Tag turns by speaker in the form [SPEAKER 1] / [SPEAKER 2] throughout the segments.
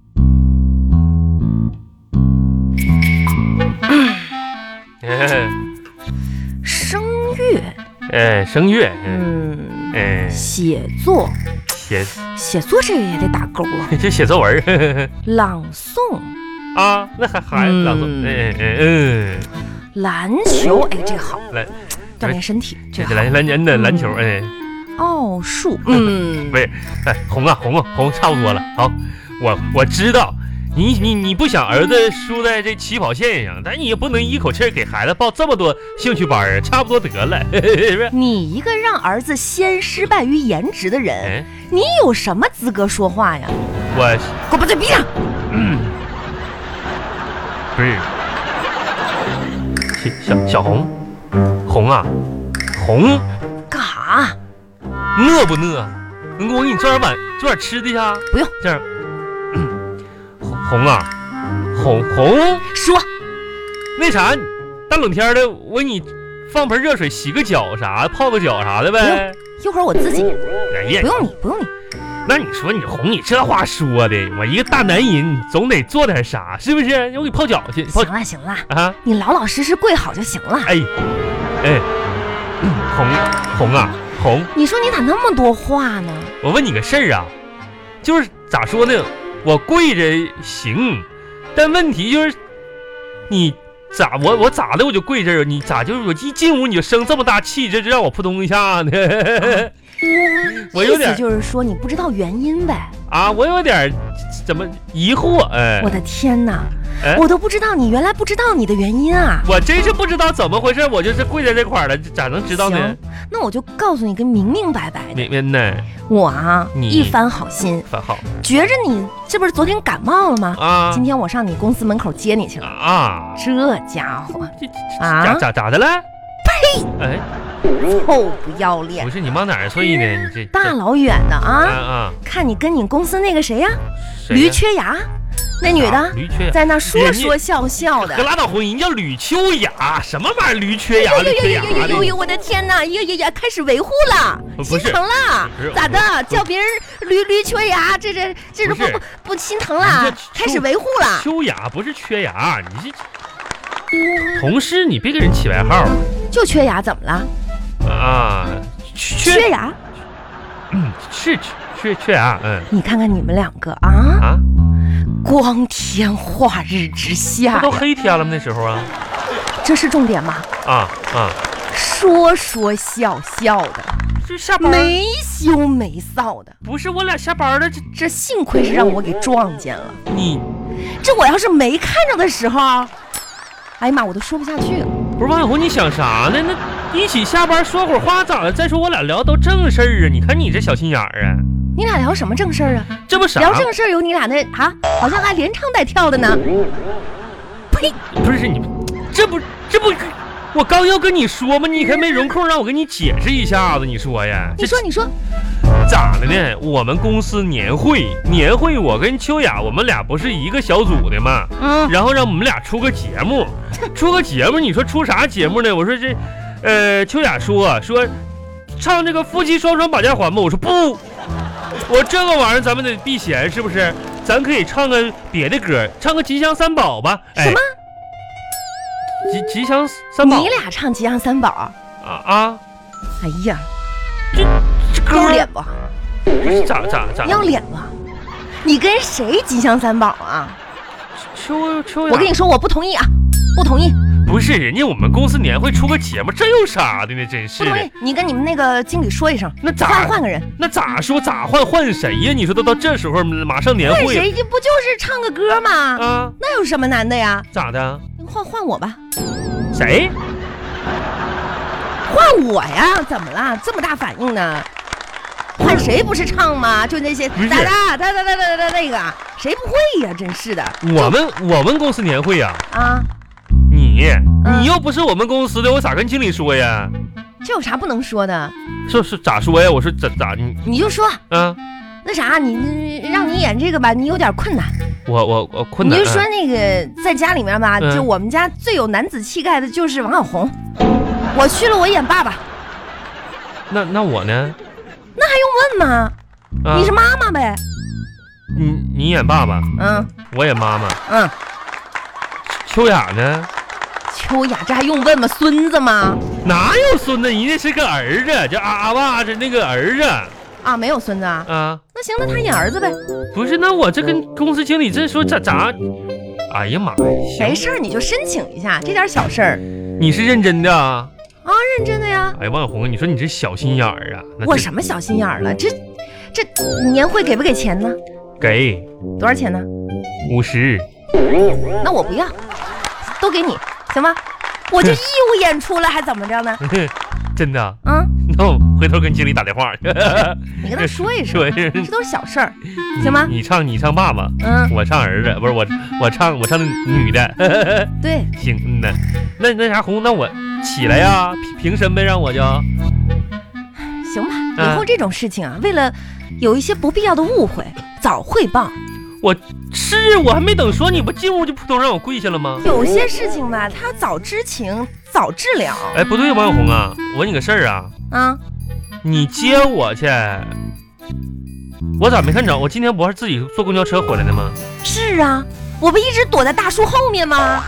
[SPEAKER 1] 哎呃，声乐，嗯，
[SPEAKER 2] 嗯，
[SPEAKER 1] 哎，
[SPEAKER 2] 写作，
[SPEAKER 1] 写
[SPEAKER 2] 写作这个也得打勾啊。
[SPEAKER 1] 这写作文儿
[SPEAKER 2] 朗诵，
[SPEAKER 1] 啊，那还还
[SPEAKER 2] 嗯
[SPEAKER 1] 朗诵，哎哎
[SPEAKER 2] 篮球，哎，这个好，
[SPEAKER 1] 哎，篮
[SPEAKER 2] 锻炼身体，这
[SPEAKER 1] 这
[SPEAKER 2] 个好。
[SPEAKER 1] 篮篮人的篮球，哎，
[SPEAKER 2] 奥数，嗯，
[SPEAKER 1] 喂哎，红啊红啊红，差不多了，好，我我知道。你你你不想儿子输在这起跑线上，但你也不能一口气儿给孩子报这么多兴趣班儿，差不多得了， 是不是？
[SPEAKER 2] 你一个让儿子先失败于颜值的人，
[SPEAKER 1] 哎，
[SPEAKER 2] 你有什么资格说话呀？
[SPEAKER 1] 我
[SPEAKER 2] 给我把嘴闭上！
[SPEAKER 1] 嗯不是，小小红，红啊，红，
[SPEAKER 2] 干啥？
[SPEAKER 1] 饿不饿？能给我给你做点晚做点吃的呀？
[SPEAKER 2] 不用，
[SPEAKER 1] 这样，嗯红红啊，红红，啊
[SPEAKER 2] 说，
[SPEAKER 1] 那啥，大冷天的，我给你放盆热水，洗个脚啥，泡个脚啥的呗。
[SPEAKER 2] 一会儿我自己，
[SPEAKER 1] 哎呀
[SPEAKER 2] 不，用你，不用你。
[SPEAKER 1] 那你说你红，你这话说的，我一个大男人，你总得做点啥，是不是？我给你泡脚去，泡
[SPEAKER 2] 行了行了，
[SPEAKER 1] 啊。
[SPEAKER 2] 你老老实实跪好就行了。
[SPEAKER 1] 哎，哎， 红红啊红，
[SPEAKER 2] 你说你咋那么多话呢？
[SPEAKER 1] 我问你个事儿啊，就是咋说呢，我跪着行，但问题就是你咋我我咋的我就跪这儿，啊你咋就是我一进屋你就生这么大气，这这让我扑通一下呢？ 我有
[SPEAKER 2] 意
[SPEAKER 1] 点
[SPEAKER 2] 思就是说你不知道原因呗。
[SPEAKER 1] 啊，我有点怎么疑惑哎
[SPEAKER 2] 我。的天哪
[SPEAKER 1] 哎，
[SPEAKER 2] 我都不知道你原来不知道你的原因啊。
[SPEAKER 1] 我真是不知道怎么回事，我就是跪在这块儿了，这咋能知道呢
[SPEAKER 2] 行？，那我就告诉你个明明白白的，
[SPEAKER 1] 明明呢，
[SPEAKER 2] 我啊
[SPEAKER 1] 你
[SPEAKER 2] 一番好心，
[SPEAKER 1] 范浩
[SPEAKER 2] 觉着你这不是昨天感冒了吗？
[SPEAKER 1] 啊
[SPEAKER 2] 今天我上你公司门口接你去了。
[SPEAKER 1] 啊，
[SPEAKER 2] 这家伙
[SPEAKER 1] 这这这
[SPEAKER 2] 啊
[SPEAKER 1] 咋咋咋的了？呸！哎，
[SPEAKER 2] 臭不要脸
[SPEAKER 1] 不，是你往哪儿睡呢？你这
[SPEAKER 2] 大老远的
[SPEAKER 1] 啊
[SPEAKER 2] 啊！
[SPEAKER 1] 啊！
[SPEAKER 2] 看你跟你公司那个谁呀、
[SPEAKER 1] 谁呀
[SPEAKER 2] 驴缺牙，那女
[SPEAKER 1] 啊
[SPEAKER 2] 的
[SPEAKER 1] 驴缺牙，
[SPEAKER 2] 在那说
[SPEAKER 1] 人家
[SPEAKER 2] 说笑笑 的
[SPEAKER 1] 可。拉倒婚姻叫吕秋雅，什么玩意儿驴缺牙
[SPEAKER 2] 哎呦
[SPEAKER 1] 驴
[SPEAKER 2] 呦
[SPEAKER 1] 缺牙
[SPEAKER 2] 呦呦呦呦
[SPEAKER 1] 的？
[SPEAKER 2] 呦！我的天哪，呀呀呀，开始维护了，
[SPEAKER 1] 不
[SPEAKER 2] 心
[SPEAKER 1] 是
[SPEAKER 2] 疼了
[SPEAKER 1] 不是，
[SPEAKER 2] 咋的？
[SPEAKER 1] 不是
[SPEAKER 2] 叫别人驴驴缺牙，这这这
[SPEAKER 1] 不
[SPEAKER 2] 这不
[SPEAKER 1] 是
[SPEAKER 2] 不不心疼
[SPEAKER 1] 你
[SPEAKER 2] 了
[SPEAKER 1] 这，
[SPEAKER 2] 开始维护了。
[SPEAKER 1] 秋雅不是缺牙，你这同事你别给人起外号
[SPEAKER 2] 就缺牙怎么了？
[SPEAKER 1] 啊！
[SPEAKER 2] 缺
[SPEAKER 1] 缺
[SPEAKER 2] 牙？
[SPEAKER 1] 嗯是缺缺缺牙，嗯
[SPEAKER 2] 你看看你们两个啊，
[SPEAKER 1] 啊，
[SPEAKER 2] 光天化日之
[SPEAKER 1] 那
[SPEAKER 2] 下
[SPEAKER 1] 都
[SPEAKER 2] 呀，
[SPEAKER 1] 黑天了那时候啊
[SPEAKER 2] 这是重点吗？
[SPEAKER 1] 啊啊！
[SPEAKER 2] 说说笑笑的，
[SPEAKER 1] 这下班儿
[SPEAKER 2] 没羞没臊的，
[SPEAKER 1] 不是我俩下班了，这
[SPEAKER 2] 这幸亏是让我给撞见了。
[SPEAKER 1] 你
[SPEAKER 2] 这我要是没看着的时候，哎呀妈，我都说不下去了。
[SPEAKER 1] 不是王小红，你想啥呢？那一起下班说会儿话咋的？再说我俩聊都正事儿啊，你看你这小心眼儿啊，
[SPEAKER 2] 你俩聊什么正事儿啊？
[SPEAKER 1] 这不啥
[SPEAKER 2] 聊正事儿有你俩那啊，好像还连唱带跳的呢。
[SPEAKER 1] 嗯
[SPEAKER 2] 呸！
[SPEAKER 1] 不是你，这不这不，我刚要跟你说嘛，你还没容空让我跟你解释一下子，你说呀？
[SPEAKER 2] 你说你说，
[SPEAKER 1] 这咋的呢？我们公司年会，年会我跟秋雅我们俩不是一个小组的嘛，
[SPEAKER 2] 嗯，
[SPEAKER 1] 然后让我们俩出个节目，出个节目，你说出啥节 目呢？我说这，呃，秋雅说说唱这个夫妻双双绑架环吧，我说不，我这个玩意儿咱们得避嫌是不是？咱可以唱个别的歌，唱个吉祥三宝吧。哎
[SPEAKER 2] 什么？
[SPEAKER 1] 吉吉祥三宝
[SPEAKER 2] 你俩唱《吉祥三宝》？
[SPEAKER 1] 啊啊！
[SPEAKER 2] 哎呀，
[SPEAKER 1] 这歌
[SPEAKER 2] 要
[SPEAKER 1] 儿
[SPEAKER 2] 脸不？
[SPEAKER 1] 不是咋咋咋？
[SPEAKER 2] 要脸不？你跟谁《吉祥三宝》啊？
[SPEAKER 1] 秋秋雅，
[SPEAKER 2] 我跟你说，我不同意啊，不同意，
[SPEAKER 1] 不是人家我们公司年会出个节目，这有啥的呢？真是
[SPEAKER 2] 不同
[SPEAKER 1] 的，
[SPEAKER 2] 意！你跟你们那个经理说一声，
[SPEAKER 1] 那
[SPEAKER 2] 换
[SPEAKER 1] 咋
[SPEAKER 2] 换个人，
[SPEAKER 1] 那咋说咋换换谁呀？你说都到这时候，马上年
[SPEAKER 2] 换
[SPEAKER 1] 会了
[SPEAKER 2] 谁？这不就是唱个歌吗？
[SPEAKER 1] 啊？
[SPEAKER 2] 那有什么难的呀？
[SPEAKER 1] 咋的？
[SPEAKER 2] 换换我吧，
[SPEAKER 1] 谁？
[SPEAKER 2] 换我呀？怎么了？这么大反应呢？换谁不是唱吗？就那些
[SPEAKER 1] 不是
[SPEAKER 2] 哒哒哒哒哒哒哒那个，谁不会呀？真是的
[SPEAKER 1] 我们我们公司年会呀、
[SPEAKER 2] 啊！
[SPEAKER 1] 你
[SPEAKER 2] 嗯
[SPEAKER 1] 你又不是我们公司的，我咋跟经理说呀？
[SPEAKER 2] 这有啥不能说的？
[SPEAKER 1] 说是咋说呀？我说咋咋你
[SPEAKER 2] 你就说
[SPEAKER 1] 啊？
[SPEAKER 2] 那啥，你你让你演这个吧，你有点困难。
[SPEAKER 1] 我我我困难。啊
[SPEAKER 2] 你就说那个在家里面吧，
[SPEAKER 1] 嗯
[SPEAKER 2] 就我们家最有男子气概的就是王小红。我去了，我演爸爸，
[SPEAKER 1] 那那我呢？
[SPEAKER 2] 问吗？
[SPEAKER 1] 啊
[SPEAKER 2] 你是妈妈呗？
[SPEAKER 1] 你你演爸爸，
[SPEAKER 2] 嗯
[SPEAKER 1] 我演妈妈。
[SPEAKER 2] 嗯，
[SPEAKER 1] 秋雅呢？
[SPEAKER 2] 秋雅，这还用问吗？孙子吗？
[SPEAKER 1] 哪有孙子？人家是个儿子，叫阿阿爸是那个儿子
[SPEAKER 2] 啊，没有孙子啊？
[SPEAKER 1] 啊。
[SPEAKER 2] 那行，那他演儿子呗，
[SPEAKER 1] 不是，那我这跟公司经理这说咋咋？哎呀妈呀！
[SPEAKER 2] 嗯没
[SPEAKER 1] 行，
[SPEAKER 2] 事儿，你就申请一下，这点小事儿
[SPEAKER 1] 你是
[SPEAKER 2] 嗯
[SPEAKER 1] 认真的啊？
[SPEAKER 2] 啊，认真的呀。
[SPEAKER 1] 哎呀，万红，你说你这小心眼儿啊？那
[SPEAKER 2] 我
[SPEAKER 1] 这
[SPEAKER 2] 什么小心眼儿了？这这年会给不给钱呢？
[SPEAKER 1] 给
[SPEAKER 2] 多少钱呢？
[SPEAKER 1] 五十，
[SPEAKER 2] 那我不要，都给你，行吧？我就义务演出了，还怎么着呢？
[SPEAKER 1] 真的啊？
[SPEAKER 2] 啊，
[SPEAKER 1] 那我回头跟经理打电话。
[SPEAKER 2] 你跟他说一声
[SPEAKER 1] 说
[SPEAKER 2] 啊，
[SPEAKER 1] 一声
[SPEAKER 2] 这都是小 事儿， 行吗？
[SPEAKER 1] 你唱你唱爸爸，
[SPEAKER 2] 嗯，
[SPEAKER 1] 我唱儿子，不是我我唱我唱女的。
[SPEAKER 2] 对，
[SPEAKER 1] 行，嗯呐，那那啥红，那我起来呀，凭凭什么呗让我就？
[SPEAKER 2] 行吧。
[SPEAKER 1] 啊
[SPEAKER 2] 以后这种事情啊，为了有一些不必要的误会，早汇报。
[SPEAKER 1] 是啊我还没等说你不进屋就扑通让我跪下了吗？
[SPEAKER 2] 有些事情吧，他早知情，早治疗
[SPEAKER 1] 哎，不对，王小红啊，我问你个事儿啊，
[SPEAKER 2] 啊。
[SPEAKER 1] 你接我去，我咋没看着？我今天不是自己坐公交车回来的吗？
[SPEAKER 2] 是啊，我不一直躲在大树后面吗？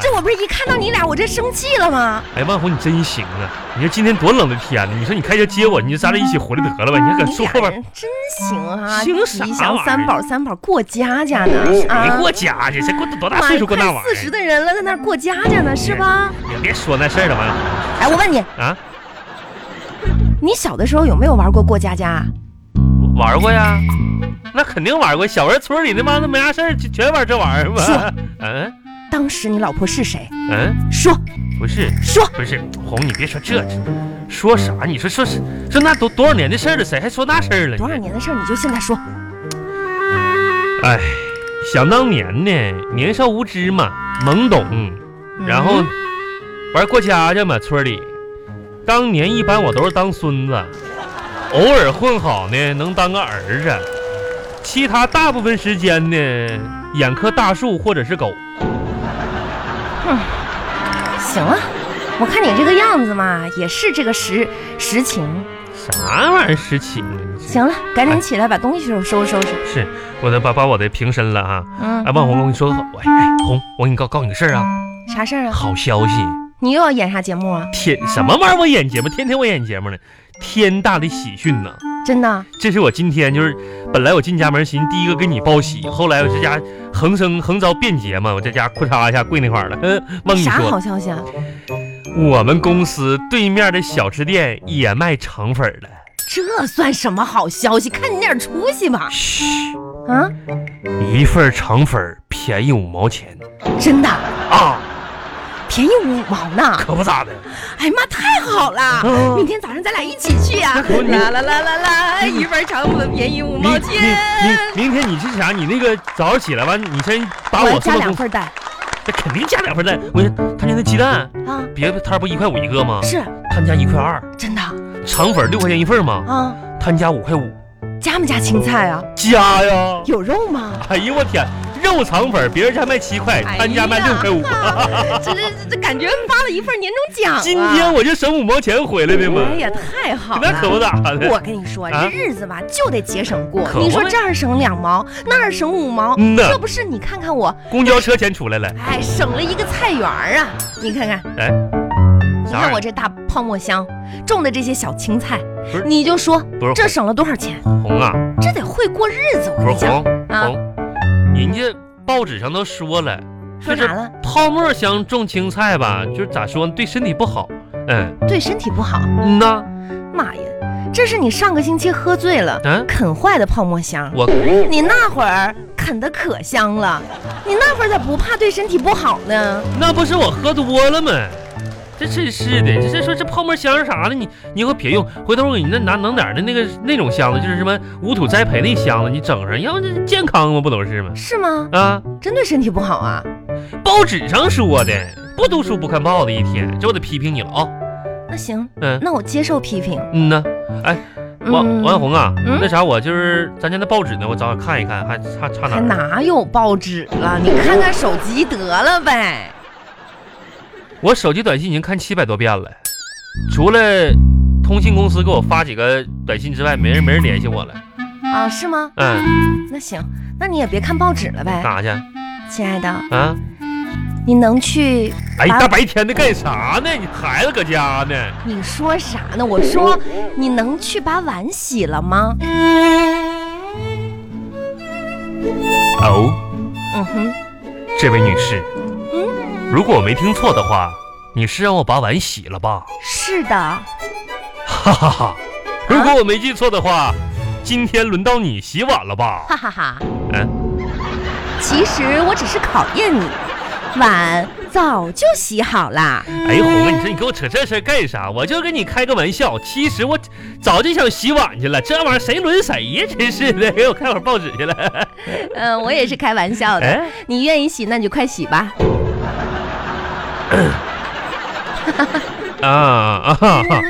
[SPEAKER 2] 这我不是一看到你俩，我这生气了吗？
[SPEAKER 1] 哎，万红你真行啊！你说今天多冷的天呢，你说你开车接我，你就咱俩一起回来得了呗？你还搁
[SPEAKER 2] 你
[SPEAKER 1] 树
[SPEAKER 2] 俩
[SPEAKER 1] 后边
[SPEAKER 2] 人真行啊！
[SPEAKER 1] 行啥
[SPEAKER 2] 吉祥
[SPEAKER 1] 玩意儿哦
[SPEAKER 2] 三宝，三宝过家家呢
[SPEAKER 1] 没
[SPEAKER 2] 啊！
[SPEAKER 1] 过家去，谁过多大哎
[SPEAKER 2] 妈
[SPEAKER 1] 岁
[SPEAKER 2] 呀
[SPEAKER 1] 数过那玩
[SPEAKER 2] 快
[SPEAKER 1] 意
[SPEAKER 2] 四十
[SPEAKER 1] 儿？
[SPEAKER 2] 的人了，在那儿过家家呢，是吧？
[SPEAKER 1] 你别说那事儿了，王小红
[SPEAKER 2] 哎，我问你，
[SPEAKER 1] 啊，
[SPEAKER 2] 你小的时候有没有玩过过家啊家？
[SPEAKER 1] 玩过呀，那肯定玩过。小人村里那帮子没啥事儿，就全玩这玩意儿嘛
[SPEAKER 2] 是。啊
[SPEAKER 1] 嗯
[SPEAKER 2] 当时你老婆是谁？
[SPEAKER 1] 嗯，
[SPEAKER 2] 说
[SPEAKER 1] 不是
[SPEAKER 2] 说，
[SPEAKER 1] 不是，红你别说这，说啥？你说说是说那都多少年的事儿了，谁还说那事儿了？
[SPEAKER 2] 多少年的事儿你就现在说。
[SPEAKER 1] 哎，想当年呢，年少无知嘛，懵懂，
[SPEAKER 2] 嗯
[SPEAKER 1] 然后玩过家家嘛，村里。当年一般我都是当孙子，偶尔混好呢能当个儿子，其他大部分时间呢养棵大树或者是狗。
[SPEAKER 2] 嗯行了，我看你这个样子嘛，也是这个时时情。
[SPEAKER 1] 啥玩意儿事情啊？你这
[SPEAKER 2] 行，了，赶紧起来把东西收拾收拾。
[SPEAKER 1] 是我得把把我的平身了啊！
[SPEAKER 2] 嗯
[SPEAKER 1] 哎，，万红，我跟你说个好，哎哎，红，我给你告告诉你个事儿啊，
[SPEAKER 2] 啥事儿啊？
[SPEAKER 1] 好消息，
[SPEAKER 2] 你又要演啥节目啊？
[SPEAKER 1] 天什么玩意儿？我演节目，天天我演节目呢，天大的喜讯呐！
[SPEAKER 2] 真的？
[SPEAKER 1] 这是我今天就是，本来我进家门寻思第一个跟你报喜，后来我这家横生横遭变节嘛，我这家裤嚓一下跪那块儿了。嗯，忘跟你
[SPEAKER 2] 啥
[SPEAKER 1] 说，
[SPEAKER 2] 好消息啊？
[SPEAKER 1] 我们公司对面的小吃店也卖肠粉儿了。
[SPEAKER 2] 这算什么好消息？看你点出息吧！
[SPEAKER 1] 嘘，
[SPEAKER 2] 啊，
[SPEAKER 1] 一份肠粉儿便宜五毛钱
[SPEAKER 2] 真的
[SPEAKER 1] 啊，
[SPEAKER 2] 便宜五毛呢！
[SPEAKER 1] 可不咋的。
[SPEAKER 2] 哎妈，太好了！
[SPEAKER 1] 啊
[SPEAKER 2] 明天早上咱俩一起去啊！
[SPEAKER 1] 可你
[SPEAKER 2] 啦啦啦啦啦，一份肠粉便宜五
[SPEAKER 1] 明
[SPEAKER 2] 毛
[SPEAKER 1] 明
[SPEAKER 2] 钱。
[SPEAKER 1] 明明天你是啥？你那个早上起来完，你先把
[SPEAKER 2] 我
[SPEAKER 1] 我送
[SPEAKER 2] 要加
[SPEAKER 1] 到
[SPEAKER 2] 两
[SPEAKER 1] 公司，
[SPEAKER 2] 份蛋
[SPEAKER 1] 那肯定加两份蛋。我他家那鸡蛋，
[SPEAKER 2] 啊！
[SPEAKER 1] 别的摊儿不一块五一个吗？
[SPEAKER 2] 是
[SPEAKER 1] 他们家一块二，
[SPEAKER 2] 真的
[SPEAKER 1] 肠粉儿六块钱一份儿吗？
[SPEAKER 2] 啊！
[SPEAKER 1] 他们家五块五。
[SPEAKER 2] 加没加青菜啊？
[SPEAKER 1] 加呀！
[SPEAKER 2] 有肉吗？
[SPEAKER 1] 哎呦我天，肉肠粉儿别人家卖七块，
[SPEAKER 2] 哎
[SPEAKER 1] 他家卖六块五。
[SPEAKER 2] 哎呀 这这这感觉发了一份年终奖啊！
[SPEAKER 1] 今天我就省五毛钱回来的嘛，
[SPEAKER 2] 哎呀，太好
[SPEAKER 1] 那可不
[SPEAKER 2] 了！
[SPEAKER 1] 咋的。
[SPEAKER 2] 我跟你说，
[SPEAKER 1] 啊
[SPEAKER 2] 这日子吧就得节省过。
[SPEAKER 1] 可不
[SPEAKER 2] 你说
[SPEAKER 1] 呗
[SPEAKER 2] 这儿省两毛，那儿省五毛，
[SPEAKER 1] 嗯呐
[SPEAKER 2] 这，不是你看看我，
[SPEAKER 1] 公交车钱出来了，
[SPEAKER 2] 哎，省了一个菜园儿啊！你看看，
[SPEAKER 1] 哎，
[SPEAKER 2] 你
[SPEAKER 1] 啥玩
[SPEAKER 2] 看
[SPEAKER 1] 意
[SPEAKER 2] 我
[SPEAKER 1] 儿？啊
[SPEAKER 2] 这大泡沫箱种的这些小青菜
[SPEAKER 1] 不是，
[SPEAKER 2] 你就说
[SPEAKER 1] 不是
[SPEAKER 2] 这省了多少钱？
[SPEAKER 1] 红啊，
[SPEAKER 2] 这得会过日子，我
[SPEAKER 1] 不
[SPEAKER 2] 跟
[SPEAKER 1] 是
[SPEAKER 2] 你讲
[SPEAKER 1] 红
[SPEAKER 2] 啊，
[SPEAKER 1] 红，人家报纸上都说了，
[SPEAKER 2] 说
[SPEAKER 1] 就是
[SPEAKER 2] 啥了？
[SPEAKER 1] 泡沫箱种青菜吧，就是咋说呢，对身体不好。嗯，
[SPEAKER 2] 对身体不好。
[SPEAKER 1] 嗯呐，
[SPEAKER 2] 妈呀，这是你上个星期喝醉了
[SPEAKER 1] 嗯
[SPEAKER 2] 啃坏的泡沫箱。
[SPEAKER 1] 我
[SPEAKER 2] 你那会儿啃的可香了，你那会儿咋不怕对身体不好呢？
[SPEAKER 1] 那不是我喝多了吗？这真是的，这是说这泡沫箱啥的，你你以后别用，回头我给你那拿弄点儿的那个那种箱子，就是什么无土栽培那箱子，你整上，要不这健康吗？不都是吗？
[SPEAKER 2] 是吗？
[SPEAKER 1] 啊，
[SPEAKER 2] 真对身体不好啊？
[SPEAKER 1] 报纸上说的，不读书不看报的一天，这我得批评你了啊、
[SPEAKER 2] 那行，
[SPEAKER 1] 嗯
[SPEAKER 2] 那我接受批评。
[SPEAKER 1] 嗯呐，王
[SPEAKER 2] 嗯
[SPEAKER 1] 王小红啊，
[SPEAKER 2] 嗯
[SPEAKER 1] 那啥，我就是咱家那报纸呢，我找找看一看，还差差哪
[SPEAKER 2] 还
[SPEAKER 1] 儿啊了？
[SPEAKER 2] 哪有报纸了？你看看手机得了呗。
[SPEAKER 1] 我手机短信已经看七百多遍了，除了通信公司给我发几个短信之外，没人没人联系我了。
[SPEAKER 2] 啊，是吗？
[SPEAKER 1] 嗯，
[SPEAKER 2] 那行，那你也别看报纸了呗，
[SPEAKER 1] 干啥去
[SPEAKER 2] 亲爱的。
[SPEAKER 1] 啊？
[SPEAKER 2] 你能去？
[SPEAKER 1] 哎，
[SPEAKER 2] 啊
[SPEAKER 1] 大白天的干啥呢？你孩子搁家呢？
[SPEAKER 2] 你说啥呢？我说你能去把碗洗了吗？
[SPEAKER 1] 哦，
[SPEAKER 2] 嗯哼，
[SPEAKER 1] 这位女士，如果我没听错的话，你是让我把碗洗了吧？
[SPEAKER 2] 是的，
[SPEAKER 1] 哈哈哈！ 如果我没记错的话，今天轮到你洗碗了吧？
[SPEAKER 2] 哈哈哈。
[SPEAKER 1] 嗯，
[SPEAKER 2] 其实我只是考验你，碗早就洗好啦。
[SPEAKER 1] 哎，红啊，你说你跟我扯这事儿干啥？我就跟你开个玩笑，其实我早就想洗碗去了，这玩意儿谁轮谁呀？真是的， 给我看会儿报纸去了。
[SPEAKER 2] 嗯、我也是开玩笑的。
[SPEAKER 1] 哎，
[SPEAKER 2] 你愿意洗，那你就快洗吧。
[SPEAKER 1] 啊啊哈哈，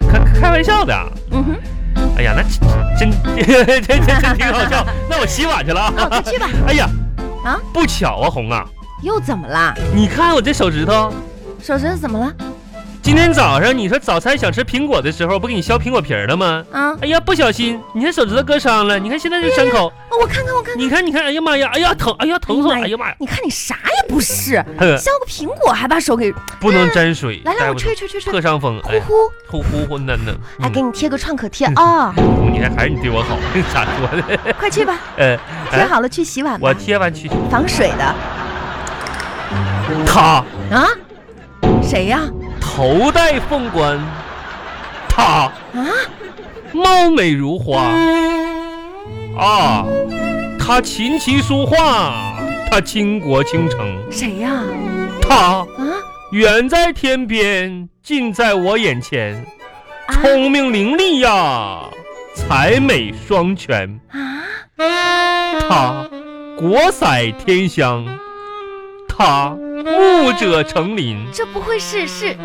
[SPEAKER 1] 开开玩笑的。啊
[SPEAKER 2] 嗯哼，
[SPEAKER 1] 哎呀，那真真真真真挺好笑。那我洗碗去了
[SPEAKER 2] 那我
[SPEAKER 1] 啊
[SPEAKER 2] 快。哦去吧。
[SPEAKER 1] 哎呀，
[SPEAKER 2] 啊，
[SPEAKER 1] 不巧啊，红啊，
[SPEAKER 2] 又怎么啦？
[SPEAKER 1] 你看我这手指头，
[SPEAKER 2] 手指头怎么了？
[SPEAKER 1] 今天早上你说早餐想吃苹果的时候，不给你削苹果皮儿了吗？
[SPEAKER 2] 啊，
[SPEAKER 1] 哎呀，不小心，你看手指头割伤了，你看现在就伤口，
[SPEAKER 2] 哦我看看，我看看。
[SPEAKER 1] 你看，你看，哎呀妈呀，哎呀疼，哎呀疼死我，
[SPEAKER 2] 哎
[SPEAKER 1] 哎
[SPEAKER 2] 呀
[SPEAKER 1] 呀妈呀，哎
[SPEAKER 2] 你看你啥也不是，
[SPEAKER 1] 呵
[SPEAKER 2] 削个苹果还把手给……
[SPEAKER 1] 不能沾水，
[SPEAKER 2] 来来，
[SPEAKER 1] 待
[SPEAKER 2] 我
[SPEAKER 1] 不
[SPEAKER 2] 吹
[SPEAKER 1] 住
[SPEAKER 2] 吹吹吹，
[SPEAKER 1] 破伤风，
[SPEAKER 2] 呼
[SPEAKER 1] 哎，
[SPEAKER 2] 呼，
[SPEAKER 1] 呼呼呼的呢，
[SPEAKER 2] 哎，给
[SPEAKER 1] 嗯，
[SPEAKER 2] 你贴个创可贴啊，
[SPEAKER 1] 你看还是你对我好， 咋说的？
[SPEAKER 2] 快去吧，
[SPEAKER 1] 呃，
[SPEAKER 2] 贴
[SPEAKER 1] 哎，
[SPEAKER 2] 好了去洗碗吧
[SPEAKER 1] 我，贴完去，
[SPEAKER 2] 防水的
[SPEAKER 1] 他
[SPEAKER 2] 啊。谁呀？
[SPEAKER 1] 头戴凤冠，他
[SPEAKER 2] 啊，
[SPEAKER 1] 貌美如花啊，他琴棋书画，他倾国倾城，
[SPEAKER 2] 谁呀？
[SPEAKER 1] 他
[SPEAKER 2] 啊
[SPEAKER 1] 远在天边，近在我眼前，
[SPEAKER 2] 啊
[SPEAKER 1] 聪明伶俐呀，才美双全。
[SPEAKER 2] 啊！
[SPEAKER 1] 他国色天香，他牧者成林。
[SPEAKER 2] 这不会是是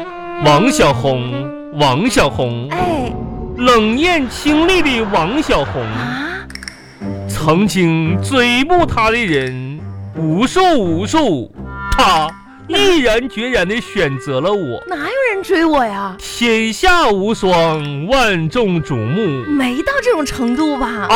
[SPEAKER 1] 王小红，王小红，
[SPEAKER 2] 哎
[SPEAKER 1] 冷艳清丽的王小红，
[SPEAKER 2] 啊？
[SPEAKER 1] 曾经追慕她的人无数无数，她毅然决然地选择了我。
[SPEAKER 2] 哪有人追我呀？
[SPEAKER 1] 天下无双，万众瞩目
[SPEAKER 2] 没到这种程度吧？
[SPEAKER 1] 啊！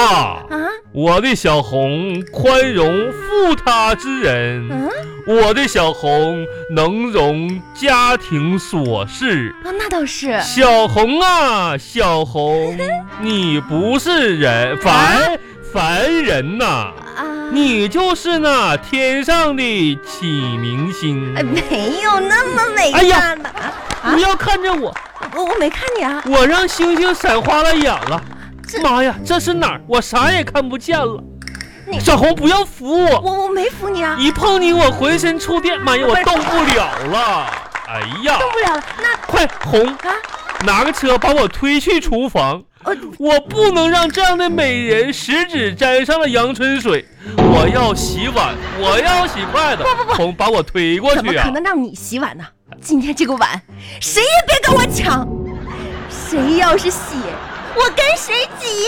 [SPEAKER 2] 啊？
[SPEAKER 1] 我的小红宽容负他之人，
[SPEAKER 2] 嗯
[SPEAKER 1] 我的小红能容家庭琐事。
[SPEAKER 2] 啊，那倒是。
[SPEAKER 1] 小红啊，小红，你不是人凡凡人呐、
[SPEAKER 2] 啊，
[SPEAKER 1] 你就是那天上的启明星。
[SPEAKER 2] 哎，没有那么美
[SPEAKER 1] 哎呀
[SPEAKER 2] 吧？啊
[SPEAKER 1] 不要看着我，
[SPEAKER 2] 我我没看你啊，
[SPEAKER 1] 我让星星闪花了眼了
[SPEAKER 2] 这。
[SPEAKER 1] 妈呀，这是哪儿？我啥也看不见了
[SPEAKER 2] 你。
[SPEAKER 1] 小红，不要扶我。
[SPEAKER 2] 我我没扶你啊，
[SPEAKER 1] 一碰你，我浑身触电，妈呀，我动不了了！哎呀，
[SPEAKER 2] 动不了了。那
[SPEAKER 1] 快红，
[SPEAKER 2] 啊，
[SPEAKER 1] 拿个车把我推去厨房，
[SPEAKER 2] 我
[SPEAKER 1] 我不能让这样的美人食指沾上了阳春水。我要洗碗，我要洗筷子。红，把我推过
[SPEAKER 2] 怎么
[SPEAKER 1] 去啊
[SPEAKER 2] 可！能让你洗碗呢？今天这个碗，谁也别跟我抢，谁要是洗，我跟谁挤。